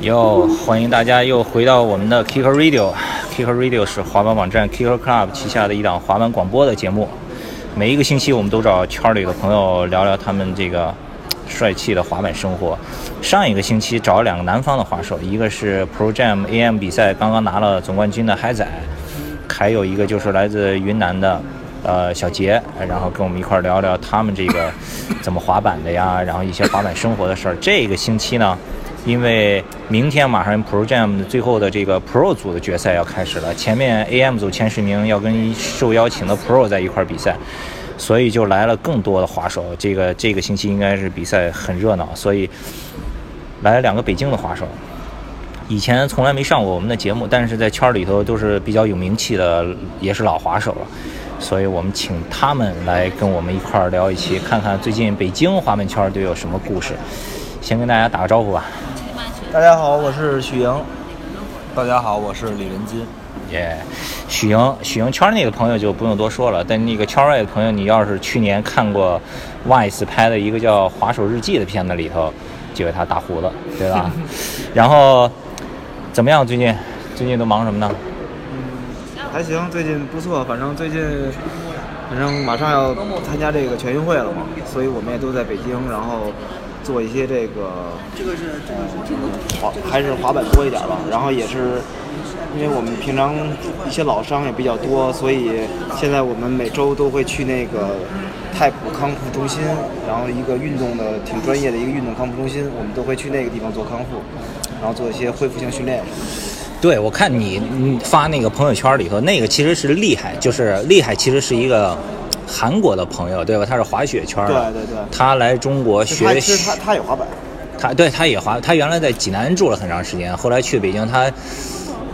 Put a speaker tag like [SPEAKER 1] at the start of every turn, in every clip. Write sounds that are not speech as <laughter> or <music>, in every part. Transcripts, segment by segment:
[SPEAKER 1] 友，欢迎大家又回到我们的 Kicker Radio。Kicker Radio 是滑板网站 Kicker Club 旗下的一档滑板广播的节目。每一个星期，我们都找圈里的朋友聊聊他们这个帅气的滑板生活。上一个星期找了两个南方的滑手，一个是 Pro Jam AM 比赛刚刚拿了总冠军的嗨仔，还有一个就是来自云南的呃小杰，然后跟我们一块儿聊聊他们这个怎么滑板的呀，然后一些滑板生活的事儿。这个星期呢，因为明天马上 Pro Jam 的最后的这个 Pro 组的决赛要开始了，前面 AM 组前十名要跟受邀请的 Pro 在一块儿比赛。所以就来了更多的滑手，这个这个星期应该是比赛很热闹，所以来了两个北京的滑手，以前从来没上过我们的节目，但是在圈儿里头都是比较有名气的，也是老滑手了，所以我们请他们来跟我们一块儿聊一期，看看最近北京滑板圈儿都有什么故事。先跟大家打个招呼吧，
[SPEAKER 2] 大家好，我是许莹。大家好，我是李文金。
[SPEAKER 1] 耶、许莹，许莹圈内的朋友就不用多说了，但那个圈外的朋友，你要是去年看过 Vice 拍的一个叫《滑手日记》的片子里头，就有他大胡子，对吧？ <laughs> 然后怎么样？最近最近都忙什么呢？
[SPEAKER 2] 还行，最近不错，反正最近，反正马上要参加这个全运会了嘛，所以我们也都在北京，然后做一些这个，这个是滑还是滑板多一点吧，然后也是。因为我们平常一些老伤也比较多，所以现在我们每周都会去那个太普康复中心，然后一个运动的挺专业的一个运动康复中心，我们都会去那个地方做康复，然后做一些恢复性训练。
[SPEAKER 1] 对，我看你你发那个朋友圈里头，那个其实是厉害，就是厉害，其实是一个韩国的朋友，对吧？他是滑雪圈的，
[SPEAKER 2] 对对对
[SPEAKER 1] 他来中国
[SPEAKER 2] 他
[SPEAKER 1] 学
[SPEAKER 2] 其实他他也滑板，
[SPEAKER 1] 他对他也滑，他原来在济南住了很长时间，后来去北京，他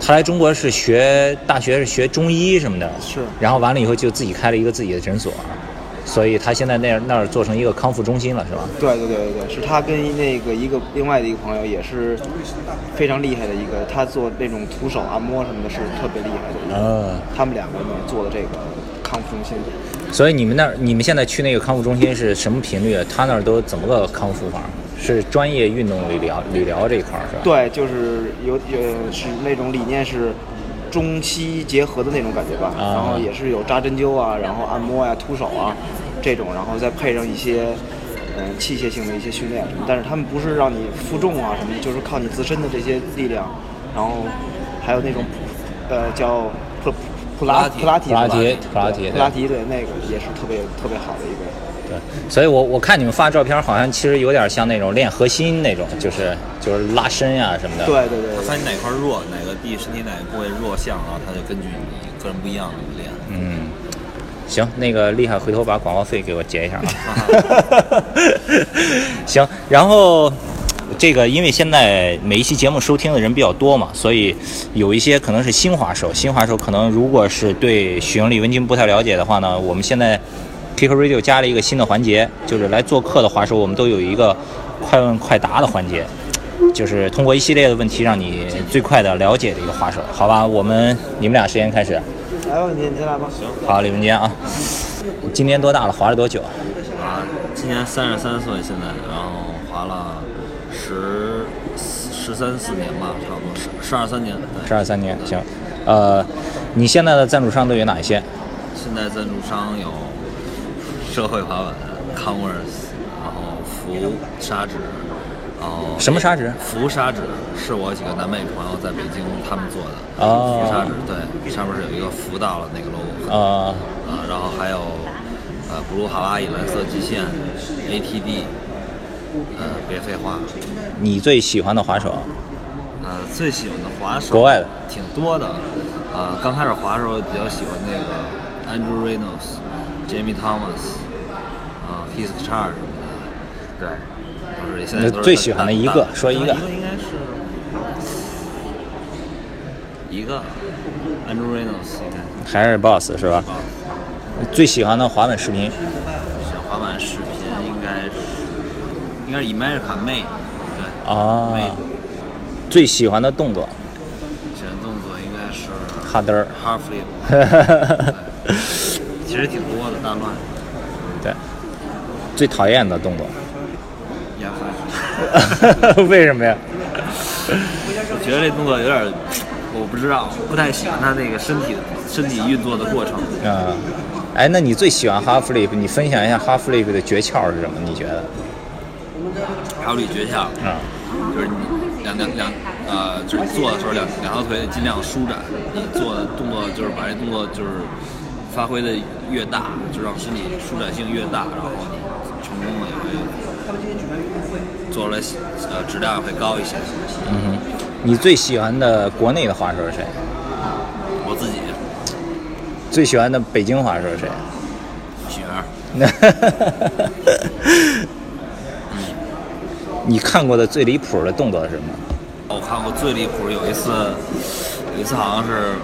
[SPEAKER 1] 他来中国是学大学是学中医什么的，
[SPEAKER 2] 是
[SPEAKER 1] 然后完了以后就自己开了一个自己的诊所，所以他现在那儿那儿做成一个康复中心了，是吧？
[SPEAKER 2] 对对对对对，是他跟那个一个另外的一个朋友也是非常厉害的一个，他做那种徒手按摩什么的，是特别厉害的一个。
[SPEAKER 1] 呃，
[SPEAKER 2] 他们两个呢做的这个康复中心，
[SPEAKER 1] 所以你们那儿你们现在去那个康复中心是什么频率？啊他那儿都怎么个康复法？是专业运动理疗理疗这一块儿是吧？
[SPEAKER 2] 对，就是有有是那种理念是中西结合的那种感觉吧，
[SPEAKER 1] 啊
[SPEAKER 2] 然后也是有扎针灸啊，然后按摩呀、徒手啊这种，然后再配上一些。嗯，器械性的一些训练什么，但是他们不是让你负重啊什么的，就是靠你自身的这些力量，然后还有那种呃叫普普普拉普拉提
[SPEAKER 1] 普拉
[SPEAKER 2] 是吧
[SPEAKER 1] 提普拉提对
[SPEAKER 2] 对普拉提对那个也是特别特别好的一个
[SPEAKER 1] 对，所以我我看你们发照片，好像其实有点像那种练核心那种，就是就是拉伸呀、什么的。
[SPEAKER 2] 对对对对
[SPEAKER 3] 看你哪块弱，哪个地身体哪个部位弱项，然后啊他就根据你个人不一样练。
[SPEAKER 1] 嗯，行，那个厉害，回头把广告费给我结一下啊。 <laughs> 行，然后这个因为现在每一期节目收听的人比较多嘛，所以有一些可能是新滑手，新滑手可能如果是对许英、李文金不太了解的话呢，我们现在 Kick Radio 加了一个新的环节，就是来做客的滑手，我们都有一个快问快答的环节。就是通过一系列的问题，让你最快的了解这个滑手，好吧？我们你们俩谁先开始？
[SPEAKER 2] 来吧，你你先来吧。行。
[SPEAKER 1] 好，李文坚啊，你今年多大了？滑了多久？
[SPEAKER 3] 啊，今年三十三岁，现在然后滑了十十三四年吧，差不多十十二三年。对
[SPEAKER 1] 十二三年，行。呃，你现在的赞助商都有哪些？
[SPEAKER 3] 现在赞助商有社会滑板、Converse，然后福砂纸，然后
[SPEAKER 1] 什么砂纸？
[SPEAKER 3] 福砂纸是我几个南美朋友在北京他们做的。
[SPEAKER 1] 哦
[SPEAKER 3] 福砂纸对，上面是有一个福到了那个 logo。
[SPEAKER 1] 呃，
[SPEAKER 3] 啊，然后还有呃，布鲁哈拉伊蓝色极限，ATD，呃，别废话，
[SPEAKER 1] 你最喜欢的滑手？
[SPEAKER 3] 呃，最喜欢的滑手，
[SPEAKER 1] 国外的
[SPEAKER 3] 挺多的，呃，刚开始滑的时候比较喜欢那个 Andrew Reynolds，Jamie Thomas，啊、p e a c e Char 什么的，对，就是现在都是
[SPEAKER 1] 最喜欢的一个
[SPEAKER 3] 大
[SPEAKER 1] 说一个
[SPEAKER 3] 一个应该是一个 Andrew Reynolds 应该是。
[SPEAKER 1] 还是 Boss 是吧？最喜欢的滑板视频？
[SPEAKER 3] 想滑板视频应该是应该是 America May，对
[SPEAKER 1] 啊
[SPEAKER 3] May
[SPEAKER 1] 最喜欢的动作？
[SPEAKER 3] 选动作应该是
[SPEAKER 1] 哈登 <laughs> 儿。
[SPEAKER 3] Hard Flip，其实挺多的，大乱
[SPEAKER 1] 对，最讨厌 <laughs> 的动作？
[SPEAKER 3] 压翻。
[SPEAKER 1] 为什么呀？
[SPEAKER 3] 觉得这动作有点，我不知道，不太喜欢他那个身体身体运作的过程。
[SPEAKER 1] 啊、哎，那你最喜欢 half flip？你分享一下 half flip 的诀窍是什么？你觉得？
[SPEAKER 3] 还有李诀窍，
[SPEAKER 1] 啊、
[SPEAKER 3] 就是你两两两呃，就是做的时候两两条腿尽量舒展，你做的动作就是把这动作就是发挥的越大，就让身体舒展性越大，然后你成功的也会做出来呃质量会高一些。
[SPEAKER 1] 嗯哼，你最喜欢的国内的滑手是谁？
[SPEAKER 3] 我自己
[SPEAKER 1] 最喜欢的北京滑手是谁？
[SPEAKER 3] 雪儿，
[SPEAKER 1] 那你看过的最离谱的动作是什么？
[SPEAKER 3] 哦我看过最离谱有一次，有一次好像是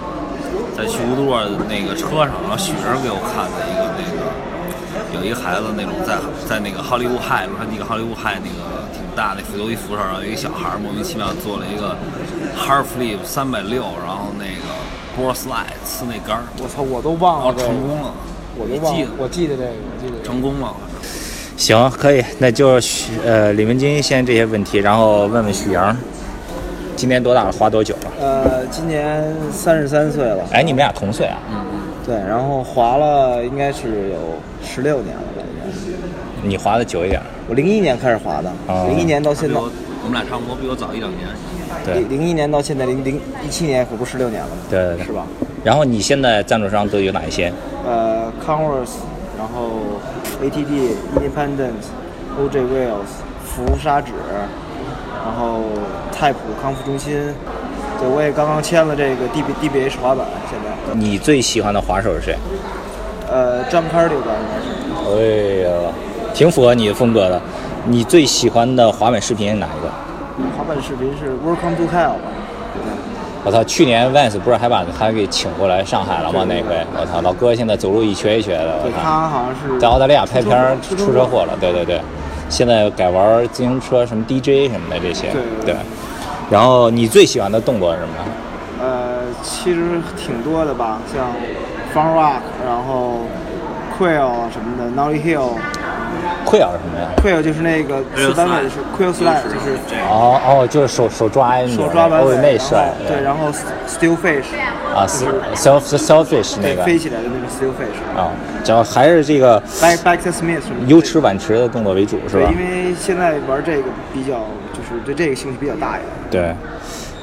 [SPEAKER 3] 在去乌多尔那个车上，然后雪儿给我看的一个那个，有一个孩子那种在在那个好莱坞海路上那个好莱坞海那个挺大那浮游衣服上，然后有一个小孩儿莫名其妙做了一个 hard flip 三百六，然后那个 board slide 呲那杆儿，
[SPEAKER 2] 我操，我都忘
[SPEAKER 3] 然
[SPEAKER 2] 了
[SPEAKER 3] 后
[SPEAKER 2] 这个，
[SPEAKER 3] 成功了，
[SPEAKER 2] 我
[SPEAKER 3] 没
[SPEAKER 2] 都忘
[SPEAKER 3] 记
[SPEAKER 2] 了
[SPEAKER 3] 得，
[SPEAKER 2] 我记得这个，我记得这个。
[SPEAKER 3] 成功了，
[SPEAKER 1] 行，可以，那就是呃李文金先这些问题，然后问问许阳，今年多大了？滑多久了？
[SPEAKER 2] 呃，今年三十三岁了，
[SPEAKER 1] 哎，你们俩同岁啊？
[SPEAKER 2] 对，然后滑了应该是有十六年了吧，应该。
[SPEAKER 1] 你滑的久一点。
[SPEAKER 2] 我零一年开始滑的
[SPEAKER 1] 哦，
[SPEAKER 2] 零一年到现
[SPEAKER 3] 比
[SPEAKER 2] 在，
[SPEAKER 3] 我我们俩差不多，比我早一两年。
[SPEAKER 1] 对
[SPEAKER 2] 零零一年到现在零零一七年，可不十六年了吗？
[SPEAKER 1] 对对对
[SPEAKER 2] 是吧？
[SPEAKER 1] 然后你现在赞助商都有哪一些？
[SPEAKER 2] 呃，Converse，然后 ATD、Independent、OJ Wheels、福砂纸，然后泰普康复中心，对我也刚刚签了这个 D B D B H 滑板，现在
[SPEAKER 1] 你最喜欢的滑手是谁？
[SPEAKER 2] 呃 j u m p c a r d i 吧，应该是
[SPEAKER 1] 哎呀，挺符合你的风格的。你最喜欢的滑板视频是哪一个？
[SPEAKER 2] 滑板视频是 Welcome to Hell 吧？
[SPEAKER 1] 我操，去年 Vans 不是还把他给请过来上海了吗？那回，我操，老哥现在走路一瘸一瘸的。我
[SPEAKER 2] 对，
[SPEAKER 1] 操，
[SPEAKER 2] 他好像是
[SPEAKER 1] 在澳大利亚拍片儿
[SPEAKER 2] 出车祸
[SPEAKER 1] 出车祸了，对对对，现在改玩自行车什么 DJ 什么的这些，
[SPEAKER 2] 对对对
[SPEAKER 1] 然后你最喜欢的动作是什么？
[SPEAKER 2] 呃，其实挺多的吧，像 Fun Rock，然后 Quail 什么的，Nolly Hill，Quail
[SPEAKER 1] 溃疡是什么呀？
[SPEAKER 2] 就是那个
[SPEAKER 3] Quail
[SPEAKER 2] 四单位是 Quail Slide，就是
[SPEAKER 3] 这个
[SPEAKER 1] 哦哦，就是手手抓
[SPEAKER 2] 手抓
[SPEAKER 1] 完
[SPEAKER 2] 板
[SPEAKER 1] 哦
[SPEAKER 2] 尾，
[SPEAKER 1] 那
[SPEAKER 2] 然后
[SPEAKER 1] 帅，
[SPEAKER 2] 对，然后 Still Fish，
[SPEAKER 1] 啊，self selfish 那
[SPEAKER 2] 对，
[SPEAKER 1] 个
[SPEAKER 2] 飞起来的那个 Still Fish。
[SPEAKER 1] 啊，主要还是这个
[SPEAKER 2] Back Back to Smith 什么的
[SPEAKER 1] 优驰晚驰的动作为主是
[SPEAKER 2] 对，
[SPEAKER 1] 吧
[SPEAKER 2] 因？为现在玩这个比较，就是对这个兴趣比较大一点。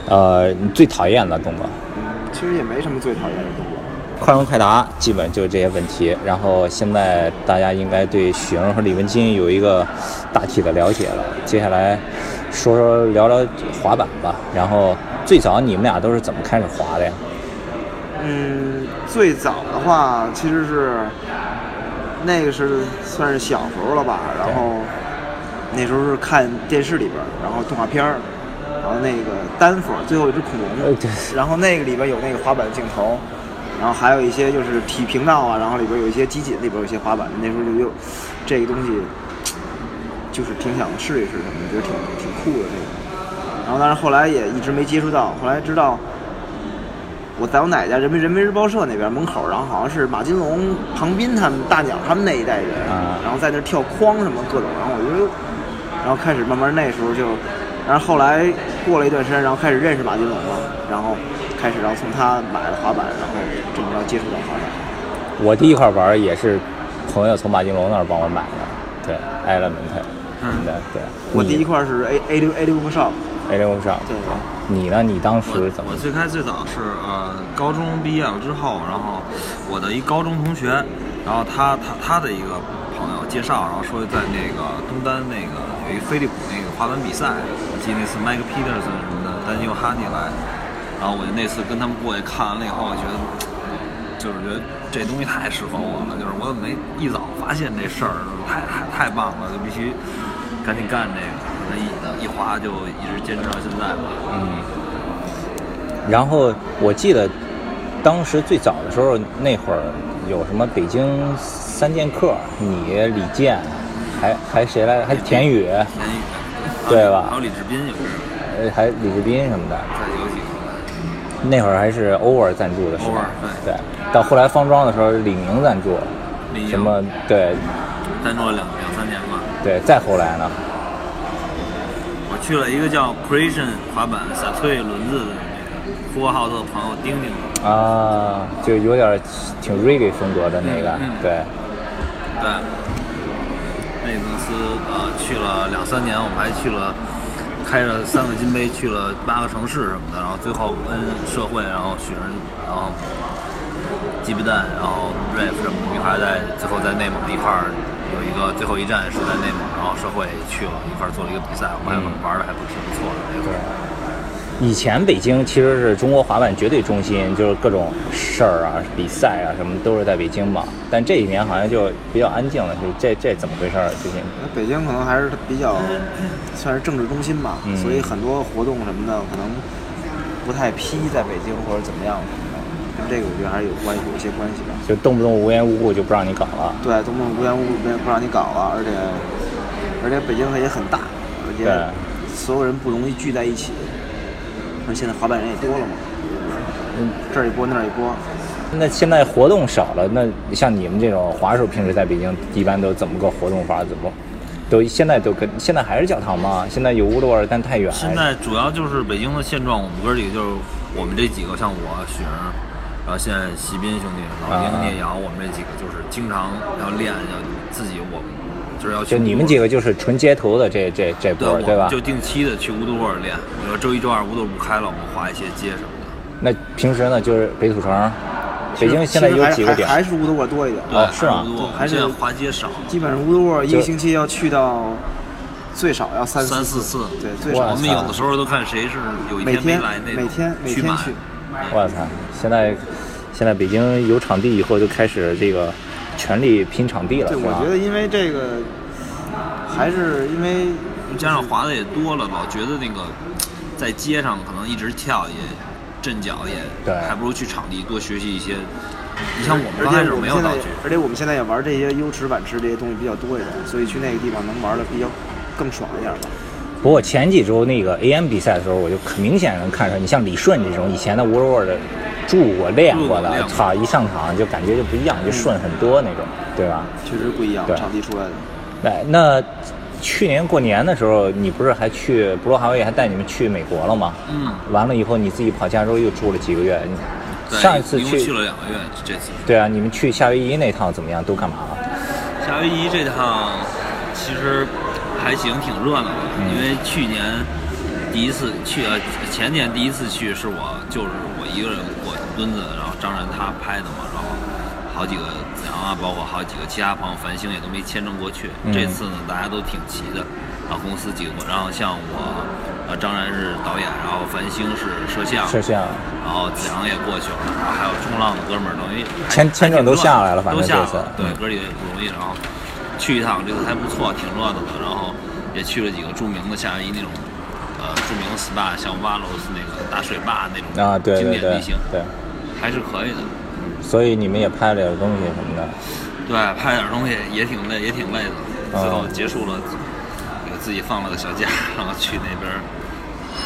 [SPEAKER 1] 对，呃，你最讨厌的动作？
[SPEAKER 2] 嗯，其实也没什么最讨厌的动作。
[SPEAKER 1] 快问快答基本就是这些问题，然后现在大家应该对许莹和李文金有一个大体的了解了。接下来说说聊聊滑板吧，然后最早你们俩都是怎么开始滑的呀？
[SPEAKER 2] 嗯，最早的话其实是那个是算是小时候了吧，然后那时候是看电视里边儿，然后动画片儿，然后那个丹佛最后一只恐
[SPEAKER 1] 呃
[SPEAKER 2] 龙
[SPEAKER 1] 对，
[SPEAKER 2] 然后那个里边有那个滑板镜头，然后还有一些就是体频道啊，然后里边有一些集锦，里边有一些滑板，那时候就有这个东西，就是挺想试一试什么的，觉得挺挺酷的这个。然后但是后来也一直没接触到，后来知道我在我奶奶家人民人民日报社那边门口，然后好像是马金龙、庞斌他们、大鸟他们那一代人，
[SPEAKER 1] 啊
[SPEAKER 2] 然后在那儿跳框什么各种，然后我就，然后开始慢慢那时候就，然后后来过了一段时间，然后开始认识马金龙了，然后开始然后从他买了滑板，然后这么着接触到滑板。
[SPEAKER 1] 我第一块玩儿也是朋友从马金龙那儿帮我买的，对，艾勒门特，
[SPEAKER 3] 嗯
[SPEAKER 1] 对对。
[SPEAKER 2] 我第一块是 A A 六 A 六 shop，
[SPEAKER 1] A 六上，
[SPEAKER 2] 对，
[SPEAKER 1] 你呢？你当时怎么
[SPEAKER 3] 我我？最开最早是呃高中毕业了之后，然后我的一高中同学，然后他他他的一个朋友介绍，然后说在那个东单那个有一飞利浦那个滑板比赛，我记得那次 Mike Peterson 什么的，丹尼尔哈尼来，然后我就那次跟他们过去看完了以后，我觉得就是觉得这东西太适合我了，就是我怎么没一早发现这事儿，太太太棒了，就必须赶紧干这个，那一一滑就一直坚持到现在吧。
[SPEAKER 1] 然后我记得当时最早的时候，那会儿有什么北京三剑客，你李健，还还谁来着？还田宇，
[SPEAKER 3] 便宜
[SPEAKER 1] 对吧
[SPEAKER 3] 还有李志斌也是
[SPEAKER 1] 呃还李志斌什么的。
[SPEAKER 3] 在游戏里
[SPEAKER 1] 那会儿还是 over 赞助的时候
[SPEAKER 3] Over，，
[SPEAKER 1] 对。到后来方庄的时候，李宁赞助，
[SPEAKER 3] 李宁
[SPEAKER 1] 什么对
[SPEAKER 3] 面，赞助了两两三年吧。
[SPEAKER 1] 对，再后来呢？
[SPEAKER 3] 我去了一个叫 Creation 滑板撒退轮子的那个呼和浩特朋友丁丁，
[SPEAKER 1] 啊，就有点挺 reggae 风格的那个
[SPEAKER 3] 嗯，嗯
[SPEAKER 1] 对，
[SPEAKER 3] 对，那个公司呃去了两三年，我们还去了。开着三个金杯去了八个城市什么的，然后最后跟社会，然后学生，然后鸡皮蛋，然后 rap 什么的，还在最后在内蒙一块儿有一个最后一站是在内蒙，然后社会去了一块儿做了一个比赛，我们还
[SPEAKER 1] 嗯
[SPEAKER 3] 玩的还不挺不错的那会
[SPEAKER 1] 对
[SPEAKER 3] 儿。。
[SPEAKER 1] 以前北京其实是中国滑板绝对中心，就是各种事儿啊、比赛啊什么都是在北京嘛。但这几年好像就比较安静了，就这这怎么回事儿？最近
[SPEAKER 2] 那北京可能还是比较算是政治中心吧，
[SPEAKER 1] 嗯
[SPEAKER 2] 所以很多活动什么的可能不太批在北京或者怎么样什么的，跟这个我觉得还是有关系，有一些关系吧。
[SPEAKER 1] 就动不动无缘无故就不让你搞了。
[SPEAKER 2] 对，东东无缘无故不不让你搞了，而且而且北京也很大，而且
[SPEAKER 1] 对
[SPEAKER 2] 所有人不容易聚在一起，而现在滑板人也多了嘛，
[SPEAKER 1] 嗯
[SPEAKER 2] 这儿一波那儿一波，
[SPEAKER 1] 那现在活动少了，那像你们这种滑手，平时在北京一般都怎么个活动法？怎么都现在都跟现在还是教堂吗？现在有乌鲁尔，但太远。
[SPEAKER 3] 现在主要就是北京的现状，我们哥几个就是我们这几个，像我雪儿，然后现在席斌兄弟、老
[SPEAKER 1] 啊
[SPEAKER 3] 丁、聂阳，我们这几个就是经常要练，要自己我们就是要去
[SPEAKER 1] 就你们几个就是纯街头的这这这波
[SPEAKER 3] 对，
[SPEAKER 1] 儿，对
[SPEAKER 3] 我
[SPEAKER 1] 吧
[SPEAKER 3] 们？就定期的去乌都尔练。比如周一、周二乌都尔不开了，我们滑一些街什么的。
[SPEAKER 1] 那平时呢，就是北土城，北京现在
[SPEAKER 2] 其实
[SPEAKER 1] 有
[SPEAKER 2] 还
[SPEAKER 1] 几个点？
[SPEAKER 2] 还还是乌德沃多一点，
[SPEAKER 1] 哦是吗
[SPEAKER 3] 乌都尔
[SPEAKER 2] 还是
[SPEAKER 3] 现在滑街少，
[SPEAKER 2] 基本上乌德沃一
[SPEAKER 1] 就
[SPEAKER 2] 个星期要去到最少要三
[SPEAKER 3] 三
[SPEAKER 2] 四
[SPEAKER 3] 四次。
[SPEAKER 2] 对，最
[SPEAKER 1] 哇
[SPEAKER 2] 少
[SPEAKER 3] 我们有的时候都看谁是有一
[SPEAKER 2] 每
[SPEAKER 3] 没
[SPEAKER 2] 天
[SPEAKER 3] 来那种
[SPEAKER 2] 每天每
[SPEAKER 3] 去
[SPEAKER 2] 天
[SPEAKER 3] 买。
[SPEAKER 2] 去。
[SPEAKER 1] 我操！现在现在北京有场地以后，就开始这个全力拼场地了，
[SPEAKER 2] 对，
[SPEAKER 1] 是
[SPEAKER 2] 我
[SPEAKER 1] 吧
[SPEAKER 2] 觉？得因为这个还是因为
[SPEAKER 3] 加上滑的也多了，老觉得那个在街上可能一直跳也震脚也，
[SPEAKER 1] 对
[SPEAKER 3] 还不如去场地多学习一些。你像我们
[SPEAKER 2] 而
[SPEAKER 3] 刚开始
[SPEAKER 2] 且我
[SPEAKER 3] 没
[SPEAKER 2] 们
[SPEAKER 3] 有
[SPEAKER 2] 现在
[SPEAKER 3] 道
[SPEAKER 2] 也
[SPEAKER 3] 具，，
[SPEAKER 2] 而且我们现在也玩这些优池、晚池这些东西比较多一点，所以去那个地方能玩的比较更爽一点吧。
[SPEAKER 1] 不过前几周那个 AM 比赛的时候，我就很明显能看出来，你像李顺这种以前的 w o r l w o r 的住过练过
[SPEAKER 3] 住过练嗯
[SPEAKER 1] 的，
[SPEAKER 3] 过
[SPEAKER 1] 操，一上场就感觉就不一样，就顺很多那种，对吧？
[SPEAKER 2] 确实不一样
[SPEAKER 1] 对，
[SPEAKER 2] 场地出来的。
[SPEAKER 1] 哎，那去年过年的时候，你不是还去布罗哈维还带你们去美国了吗？
[SPEAKER 3] 嗯，
[SPEAKER 1] 完了以后，你自己跑加州又住了几个月。你
[SPEAKER 3] 对
[SPEAKER 1] 上一次
[SPEAKER 3] 一共
[SPEAKER 1] 去，
[SPEAKER 3] 去了两个月，这次
[SPEAKER 1] 对啊，你们去夏威夷那趟怎么样？都干嘛了？
[SPEAKER 3] 夏威夷这趟其实还行，挺热闹的，因为去年第一次去，呃，前年第一次去是我就是我一个人过墩子，然后张然他拍的嘛，然后好几个子阳啊，包括好几个其他朋友，繁星也都没签证过去。
[SPEAKER 1] 嗯
[SPEAKER 3] 这次呢，大家都挺齐的，然后公司几个，然后像我，呃，张然是导演，然后繁星是摄像，
[SPEAKER 1] 摄像
[SPEAKER 3] 然后子阳也过去了，然后还有冲浪的哥们儿，等于还
[SPEAKER 1] 签
[SPEAKER 3] 还
[SPEAKER 1] 签证
[SPEAKER 3] 挺
[SPEAKER 1] 都
[SPEAKER 3] 乱
[SPEAKER 1] 下来了反
[SPEAKER 3] 都
[SPEAKER 1] 正
[SPEAKER 3] 下
[SPEAKER 1] 这
[SPEAKER 3] 了
[SPEAKER 1] 次
[SPEAKER 3] 对
[SPEAKER 1] 嗯，
[SPEAKER 3] 哥几个也不容易，然后去一趟，这次还不错，挺热闹的，然后也去了几个著名的夏威夷那种。呃，著名的 SPA 像瓦罗斯那个大水坝那种
[SPEAKER 1] 啊，对
[SPEAKER 3] 经
[SPEAKER 1] 对
[SPEAKER 3] 典
[SPEAKER 1] 对
[SPEAKER 3] 地形，
[SPEAKER 1] 对，
[SPEAKER 3] 还是可以的。
[SPEAKER 1] 所以你们也拍了点东西什么的。
[SPEAKER 3] 对，拍点东西也挺累，也挺累的。
[SPEAKER 1] 啊
[SPEAKER 3] 嗯最后结束了，给自己放了个小假，然后去那边儿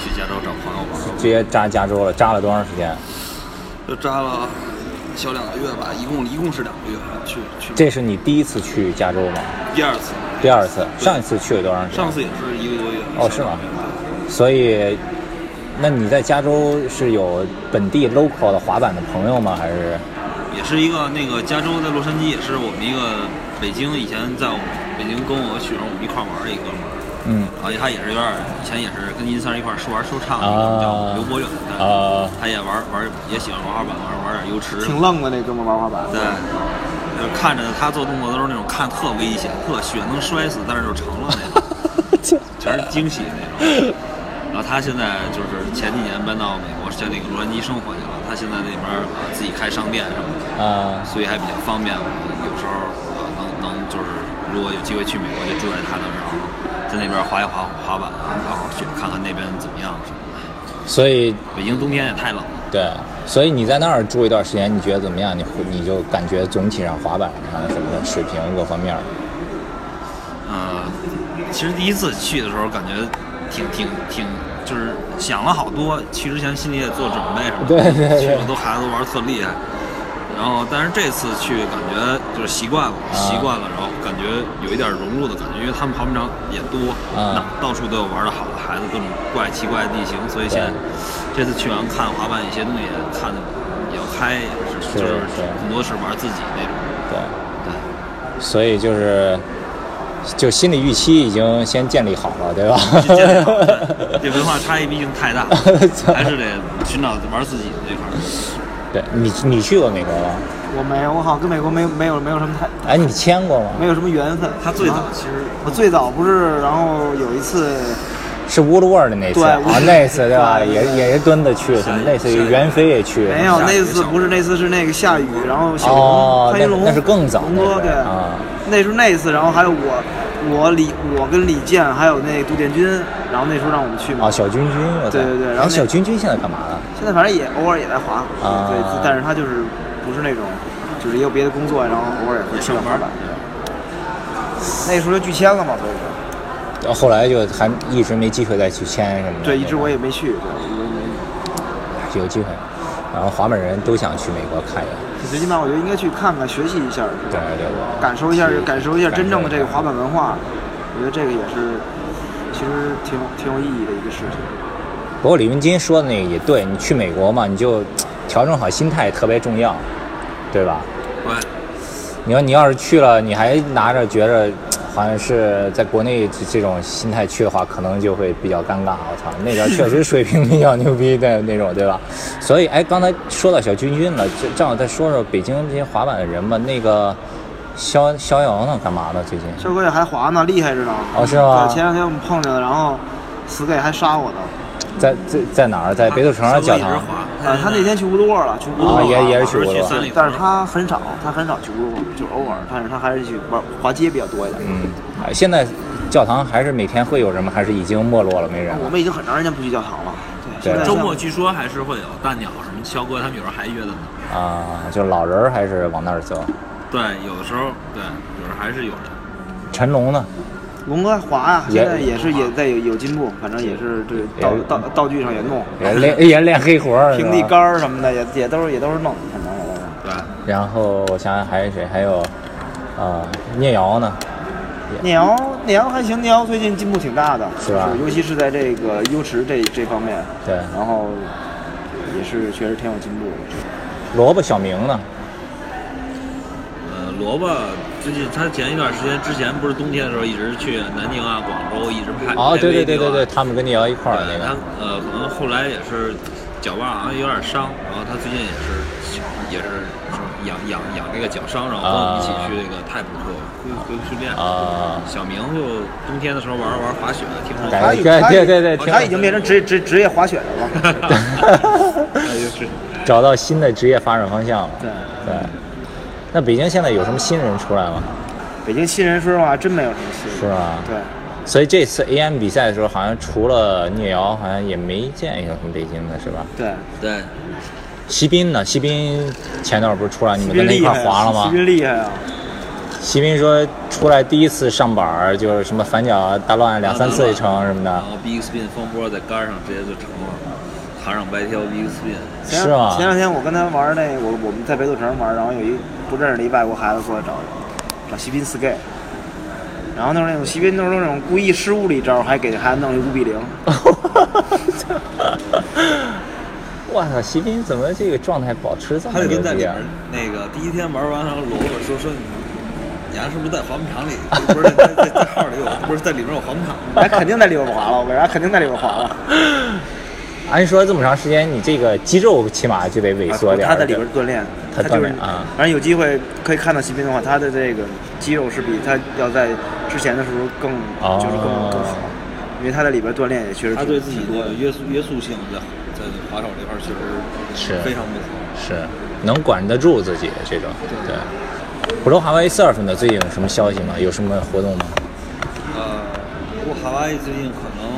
[SPEAKER 3] 去加州找朋友玩儿。
[SPEAKER 1] 直接扎加州了，扎了多长时间？
[SPEAKER 3] 就扎了小两个月吧，一共一共是两个月，去去
[SPEAKER 1] 这是你第一次去加州吗？
[SPEAKER 3] 第二次，
[SPEAKER 1] 第二次，上一次去了多长时间
[SPEAKER 3] 上？次也是一个多月。
[SPEAKER 1] 哦是吗所以，那你在加州是有本地 local 的滑板的朋友吗？还是
[SPEAKER 3] 也是一个那个加州在洛杉矶，也是我们一个北京以前在我们北京跟我雪儿我们一块儿玩儿的一哥们儿，
[SPEAKER 1] 嗯
[SPEAKER 3] 然后他也是有点儿以前也是跟银三儿一块儿说玩儿说唱的，
[SPEAKER 1] 啊
[SPEAKER 3] 叫刘博远，对
[SPEAKER 1] 啊
[SPEAKER 3] 他也玩儿玩儿也喜欢玩滑板，玩儿玩儿点儿油池，
[SPEAKER 2] 挺愣的那哥们儿玩滑板，
[SPEAKER 3] 对，就是呃看着他做动作都是那种看特危险、特血能摔死，但是就成了那种，全是惊喜那种。然后他现在就是前几年搬到美国，在那个洛杉矶生活去了。他现在那边儿呃自己开商店什么的，
[SPEAKER 1] 啊、
[SPEAKER 3] 所以还比较方便。我有时候呃能能就是如果有机会去美国，就住在他那儿，然后在那边儿滑一滑滑板啊，然后去看看那边怎么样什么的。
[SPEAKER 1] 所以
[SPEAKER 3] 北京冬天也太冷了。
[SPEAKER 1] 对，所以你在那儿住一段时间，你觉得怎么样？你会你就感觉总体上滑板啊什么的水平各方面儿，
[SPEAKER 3] 呃，其实第一次去的时候感觉挺挺挺，就是想了好多，去之前心里也做准备什么的，
[SPEAKER 1] 对对对
[SPEAKER 3] 去了都孩子
[SPEAKER 1] 啊
[SPEAKER 3] 玩儿特厉害。然后，但是这次去感觉就是习惯了，习惯了，然后感觉有一点融入的感觉，因为他们滑冰场也多，
[SPEAKER 1] 嗯
[SPEAKER 3] 那到处都有玩的好的孩子，各种怪奇怪的地形，所以现在这次去完看滑板，有些东西也看的比较开，也是
[SPEAKER 1] 是
[SPEAKER 3] 就是
[SPEAKER 1] 是
[SPEAKER 3] 很多是玩自己那种，
[SPEAKER 1] 对，
[SPEAKER 3] 对。
[SPEAKER 1] 所以就是就心理预期已经先建立好了，对吧？
[SPEAKER 3] 这这
[SPEAKER 1] <laughs>
[SPEAKER 3] 这文化差异毕竟太大，还是得寻找玩自己的这块儿。
[SPEAKER 1] 对你你去过美国吗？
[SPEAKER 2] 我没有，我好像跟美国没有没有没有什么太
[SPEAKER 1] 哎，你签过吗？
[SPEAKER 2] 没有什么缘分。
[SPEAKER 3] 他最早
[SPEAKER 2] 啊
[SPEAKER 3] 其实
[SPEAKER 2] 我最早不是，然后有一次，
[SPEAKER 1] 是 Woodward 那次
[SPEAKER 2] 对
[SPEAKER 1] 啊，那次对吧？
[SPEAKER 2] 对对
[SPEAKER 1] 也
[SPEAKER 2] 对
[SPEAKER 1] 也是蹲着去，什么那次
[SPEAKER 3] 下雨
[SPEAKER 1] 袁飞也去，
[SPEAKER 2] 没有
[SPEAKER 3] 下雨
[SPEAKER 2] 那次
[SPEAKER 3] 上
[SPEAKER 2] 不是那次是那个下雨，然后小
[SPEAKER 1] 哦
[SPEAKER 2] 龙潘云龙
[SPEAKER 1] 那那是更早
[SPEAKER 2] 龙哥
[SPEAKER 1] 那是
[SPEAKER 2] 对
[SPEAKER 1] 啊，
[SPEAKER 2] 那时候那一次，然后还有我我李我跟李健还有那杜建军，然后那时候让我们去嘛
[SPEAKER 1] 哦，，小君君，我操
[SPEAKER 2] 对对对然后
[SPEAKER 1] 哎
[SPEAKER 2] 那
[SPEAKER 1] 小君君现在干嘛了？
[SPEAKER 2] 现在反正也偶尔也在滑，
[SPEAKER 1] 啊
[SPEAKER 2] 对，但是他就是不是那种，就是也有别的工作，然后偶尔也会去滑板。那时候就拒签了嘛，所以说，
[SPEAKER 1] 然后后来就还一直没机会再去签什么的。
[SPEAKER 2] 对，一直我也没去，对，一直没
[SPEAKER 1] 有机会。然后滑板人都想去美国看一眼，
[SPEAKER 2] 最起码我觉得应该去看看，学习一下，
[SPEAKER 1] 对对对，
[SPEAKER 2] 感受一下，感受一下真正的这个滑
[SPEAKER 1] 板。
[SPEAKER 2] 板文化。我觉得这个也是，其实挺有挺有意义的一个事情。
[SPEAKER 1] 不过李云金说的那个也对，你去美国嘛，你就调整好心态特别重要，对吧？
[SPEAKER 3] 对，
[SPEAKER 1] 你说你要是去了，你还拿着觉着好像是在国内这这种心态去的话，可能就会比较尴尬。我操，那边确实水平比较牛逼的那种，对吧？所以，哎，刚才说到小君君了，这正好再说说北京这些滑板的人吧。那个逍逍遥呢，干嘛呢？最近？
[SPEAKER 2] 肖哥也还滑呢，厉害着呢。
[SPEAKER 1] 哦是吗
[SPEAKER 2] 对，前两天我们碰见了，然后死 y 还杀我呢。
[SPEAKER 1] 在在在哪儿？在北斗城上教堂。
[SPEAKER 2] 啊，他那天去乌鲁尔了，去乌鲁
[SPEAKER 1] 哎啊
[SPEAKER 2] 尔了
[SPEAKER 1] 也也是去
[SPEAKER 3] 不
[SPEAKER 1] 过
[SPEAKER 3] 去
[SPEAKER 1] 了
[SPEAKER 3] 三里屯，
[SPEAKER 2] 但是他很少，他很少去乌鲁尔，就偶尔，但是他还是去玩滑街比较多一点。
[SPEAKER 1] 嗯，哎现在教堂还是每天会有人吗？还是已经没落了，没人
[SPEAKER 2] 我
[SPEAKER 1] 了？
[SPEAKER 2] 们已经很长时间不去教堂了，
[SPEAKER 1] 对
[SPEAKER 2] 现在
[SPEAKER 1] 他
[SPEAKER 3] 周末据说还是会有大鸟什么肖哥他们有时候还约的呢。
[SPEAKER 1] 啊，就老人儿还是往那儿走。
[SPEAKER 3] 对，有的时候对，有时候还是有人。
[SPEAKER 1] 陈龙呢？
[SPEAKER 2] 龙哥滑呀，
[SPEAKER 1] 也
[SPEAKER 2] 现在也是也在有有进步，反正也是这道
[SPEAKER 1] 也啊
[SPEAKER 2] 道道具上也弄，
[SPEAKER 1] 也练 <laughs> 也练黑活儿，是吧
[SPEAKER 2] 平地杆儿什么的也也都是也都是弄，反正也都是。
[SPEAKER 3] 对，
[SPEAKER 1] 然后我想想还有谁？还有，啊，聂瑶呢？
[SPEAKER 2] 聂瑶，聂瑶还行，聂瑶最近进步挺大的，
[SPEAKER 1] 是吧
[SPEAKER 2] 就尤其是在这个优池这这方面，
[SPEAKER 1] 对
[SPEAKER 2] 然后也是确实挺有进步的。
[SPEAKER 1] 萝卜小明呢？
[SPEAKER 3] 呃，萝卜最近他前一段时间之前不是冬天的时候一直去南宁啊、广州一直拍。
[SPEAKER 1] 哦，
[SPEAKER 3] 拍
[SPEAKER 1] 对对对
[SPEAKER 3] video
[SPEAKER 1] 对
[SPEAKER 3] 啊
[SPEAKER 1] 对，他们跟聂瑶一块儿那
[SPEAKER 3] 对他
[SPEAKER 1] 个，
[SPEAKER 3] 呃，可能后来也是脚腕好像有点伤，然后他最近也是也是养养养这个脚伤，然后跟我们一起去这个太普做恢恢复训练。
[SPEAKER 1] 啊， <laughs>
[SPEAKER 3] 小明就冬天的时候玩玩滑雪，听说
[SPEAKER 1] 感觉
[SPEAKER 2] 他
[SPEAKER 1] 哎对
[SPEAKER 2] 他
[SPEAKER 1] 对对对，挺
[SPEAKER 2] 他已经变成职职职业滑雪人了。
[SPEAKER 3] 哎
[SPEAKER 1] <laughs>
[SPEAKER 3] 就是
[SPEAKER 1] 找到新的职业发展方向了。
[SPEAKER 2] 对，
[SPEAKER 1] <laughs> 对，那北京现在有什么新人出来吗？
[SPEAKER 2] 北京新人说实话真没有什么新人，
[SPEAKER 1] 是啊吧
[SPEAKER 2] 对，
[SPEAKER 1] 所以这次 AM 比赛的时候，好像除了聂瑶，好像也没见有什么北京的，是吧？
[SPEAKER 2] 对，
[SPEAKER 3] 对，
[SPEAKER 1] 席斌呢？席斌前段不是出来你们
[SPEAKER 2] 徐
[SPEAKER 1] 跟他
[SPEAKER 2] 斌
[SPEAKER 1] 一
[SPEAKER 2] 厉
[SPEAKER 1] 块
[SPEAKER 2] 害
[SPEAKER 1] 儿
[SPEAKER 2] 啊，
[SPEAKER 1] 滑了
[SPEAKER 2] 徐
[SPEAKER 1] 吗？
[SPEAKER 2] 斌厉害啊！
[SPEAKER 1] 席斌说出来第一次上板儿就是什么反脚大乱两三次一成什么
[SPEAKER 3] 然
[SPEAKER 1] 的，
[SPEAKER 2] 啊
[SPEAKER 3] 后 big spin 风波在杆上直接就成了，弹上白挑 big spin，
[SPEAKER 2] 前
[SPEAKER 1] 是吗？
[SPEAKER 2] 前两天我跟他玩那我我们在北斗城玩，然后有一不认识的一外国孩子过来找找西宾 skate，然后那时候那种西宾都是那种故意失误了一招，还给孩子弄一五比零， <laughs>
[SPEAKER 1] <laughs> 我操，席斌怎么这个状态保持这
[SPEAKER 3] 他
[SPEAKER 1] 么
[SPEAKER 3] 就
[SPEAKER 1] 牛
[SPEAKER 3] 跟在里
[SPEAKER 1] 逼
[SPEAKER 3] 边
[SPEAKER 1] 啊？
[SPEAKER 3] 那个第一天玩完，然后萝卜说说你。你丫是不是在滑冰
[SPEAKER 1] <laughs>
[SPEAKER 3] 场里？不是在在在号里有，不是在里面有滑冰场吗？
[SPEAKER 2] 他肯定在里边滑了，我跟你说，他肯定在里边滑了。
[SPEAKER 1] 按说这么长时间，你这个肌肉起码就得萎缩点儿。
[SPEAKER 2] 他在啊里边锻炼，
[SPEAKER 1] 他
[SPEAKER 2] 就
[SPEAKER 1] 锻
[SPEAKER 2] 是
[SPEAKER 1] 炼啊
[SPEAKER 2] 反正有机会可以看到西宾的话，他的这个肌肉是比他要在之前的时候更
[SPEAKER 1] 哦
[SPEAKER 2] 就是更更好，因为他在里边锻炼也确实挺
[SPEAKER 3] 他对自己的约束约束性在在滑手这块儿确实
[SPEAKER 1] 是
[SPEAKER 3] 非常不足。
[SPEAKER 1] 是能管得住自己这种。对。普州 Hawaii Surf 呢，最近有什么消息吗？有什么活动吗？
[SPEAKER 3] 呃，不过夏威夷最近可能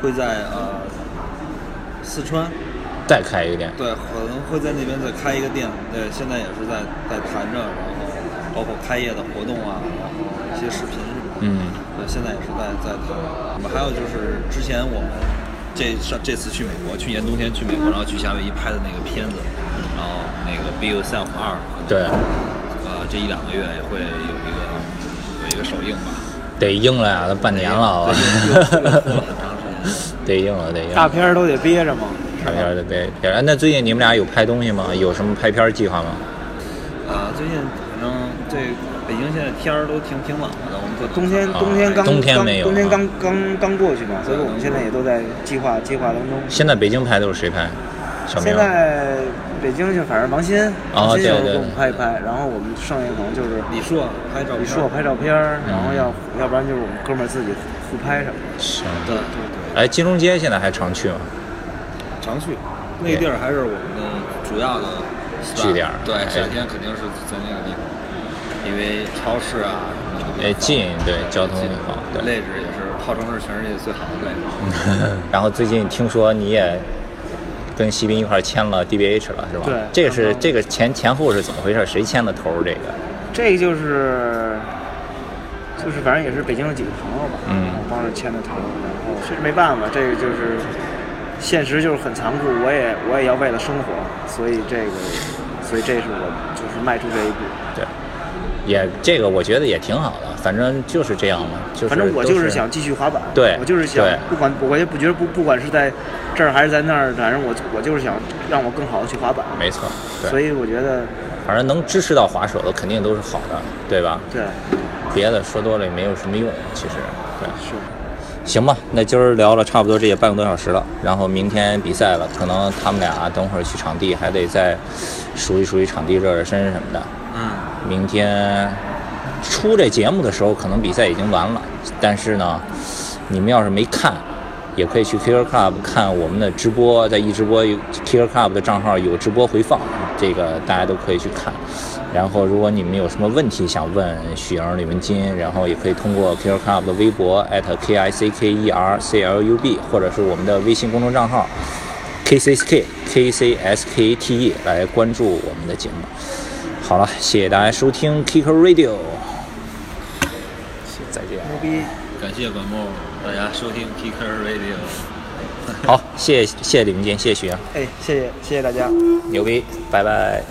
[SPEAKER 3] 会在呃四川，
[SPEAKER 1] 再开一个店。
[SPEAKER 3] 对，可能会在那边再开一个店。对，现在也是在在谈着，然后包括开业的活动啊，然后一些视频什么的。
[SPEAKER 1] 嗯，
[SPEAKER 3] 对，现在也是在在谈。我们还有就是之前我们这上这次去美国，去年冬天去美国，然后去夏威夷拍的那个片子，然后那个《Be Yourself 二》，
[SPEAKER 1] 对。
[SPEAKER 3] 呃，这一两个月也会有一个
[SPEAKER 4] 首映吧？
[SPEAKER 1] 得硬了呀，都半年了，好吧
[SPEAKER 3] 对又又拖了很长时间。
[SPEAKER 1] 得硬了，得硬了。
[SPEAKER 2] 大片儿都得憋着嘛。
[SPEAKER 1] 大片儿的别别。哎那最近你们俩有拍东西吗？有什么拍片儿计划吗？
[SPEAKER 4] 啊
[SPEAKER 3] 呃，最近反正这北京现在天儿都挺挺冷的，我们就
[SPEAKER 2] 冬天
[SPEAKER 1] 啊
[SPEAKER 2] 冬天刚
[SPEAKER 1] 冬天
[SPEAKER 2] 刚
[SPEAKER 1] 没有
[SPEAKER 2] 冬天
[SPEAKER 1] 啊
[SPEAKER 2] 刚刚刚过去嘛，所以我们现在也都在计划计划当中。
[SPEAKER 1] 现在北京拍都是谁拍？小明
[SPEAKER 2] 现。在北京就反正王鑫，
[SPEAKER 1] 啊
[SPEAKER 2] 王鑫有时候
[SPEAKER 1] 对对
[SPEAKER 2] 给我们拍一拍，然后我们剩下可能就是
[SPEAKER 3] 李
[SPEAKER 4] 啊
[SPEAKER 3] 硕拍照片，
[SPEAKER 2] 李硕拍照片儿，然
[SPEAKER 1] 嗯
[SPEAKER 2] 后要要不然就是我们哥们儿自己互拍什么的。
[SPEAKER 1] 行。
[SPEAKER 3] 对对对，
[SPEAKER 1] 哎，金融街现在还常去吗？
[SPEAKER 3] 常去那个地儿还是我们的主要的 spot
[SPEAKER 1] 据点儿
[SPEAKER 4] 对
[SPEAKER 1] 哎，
[SPEAKER 4] 夏天肯定是在那个地方，因为超市啊什么的
[SPEAKER 1] 哎，近，对，交通
[SPEAKER 4] 近
[SPEAKER 1] 也好，对。
[SPEAKER 4] 位置也是号称是全世界最好的位置。
[SPEAKER 1] 然后最近听说你也跟西滨一块儿签了 DBH 了，是吧？
[SPEAKER 2] 对
[SPEAKER 1] 这个是
[SPEAKER 2] 刚刚
[SPEAKER 1] 这个前前后是怎么回事？谁牵的头儿？这个？
[SPEAKER 2] 这个就是就是反正也是北京的几个朋友吧，
[SPEAKER 1] 嗯
[SPEAKER 2] 我帮着牵的头，然后其实没办法，这个就是现实就是很残酷，我也我也要为了生活，所以这个所以这是我就是迈出这一步。
[SPEAKER 1] 对。也这个我觉得也挺好的，反正就是这样嘛，就是
[SPEAKER 2] 反正我
[SPEAKER 1] 都
[SPEAKER 2] 就是是想继续滑板，
[SPEAKER 1] 对
[SPEAKER 2] 我就是想
[SPEAKER 1] 对，
[SPEAKER 2] 不管我也不觉得不不管是在这儿还是在那儿，反正我我就是想让我更好的去滑板，
[SPEAKER 1] 没错，对，
[SPEAKER 2] 所以我觉得
[SPEAKER 1] 反正能支持到滑手的肯定都是好的，对吧？
[SPEAKER 2] 对
[SPEAKER 1] 别的说多了也没有什么用，其实。对，
[SPEAKER 2] 是
[SPEAKER 1] 行吧，那今儿聊了差不多这也半个多小时了，然后明天比赛了，可能他们俩等会儿去场地还得再熟悉熟悉场地，热热身什么的。
[SPEAKER 3] 嗯，
[SPEAKER 1] 明天出这节目的时候，可能比赛已经完了，但是呢，你们要是没看，也可以去 Kicker Club 看我们的直播，在一直播有 Kicker Club 的账号有直播回放，这个大家都可以去看。然后，如果你们有什么问题想问许莹、李文金，然后也可以通过 Kicker Club 的微博 at k i c k e r c l u b，或者是我们的微信公众账号 k c s k k c s k t e 来关注我们的节目。好了，谢谢大家收听 Kicker Radio，再见。
[SPEAKER 2] 牛逼。
[SPEAKER 4] 感谢本木大家收听 Kicker Radio。
[SPEAKER 1] 好，谢谢谢谢李明健，谢谢徐阳，
[SPEAKER 2] 哎，谢谢谢谢大家。
[SPEAKER 1] 牛逼，拜拜。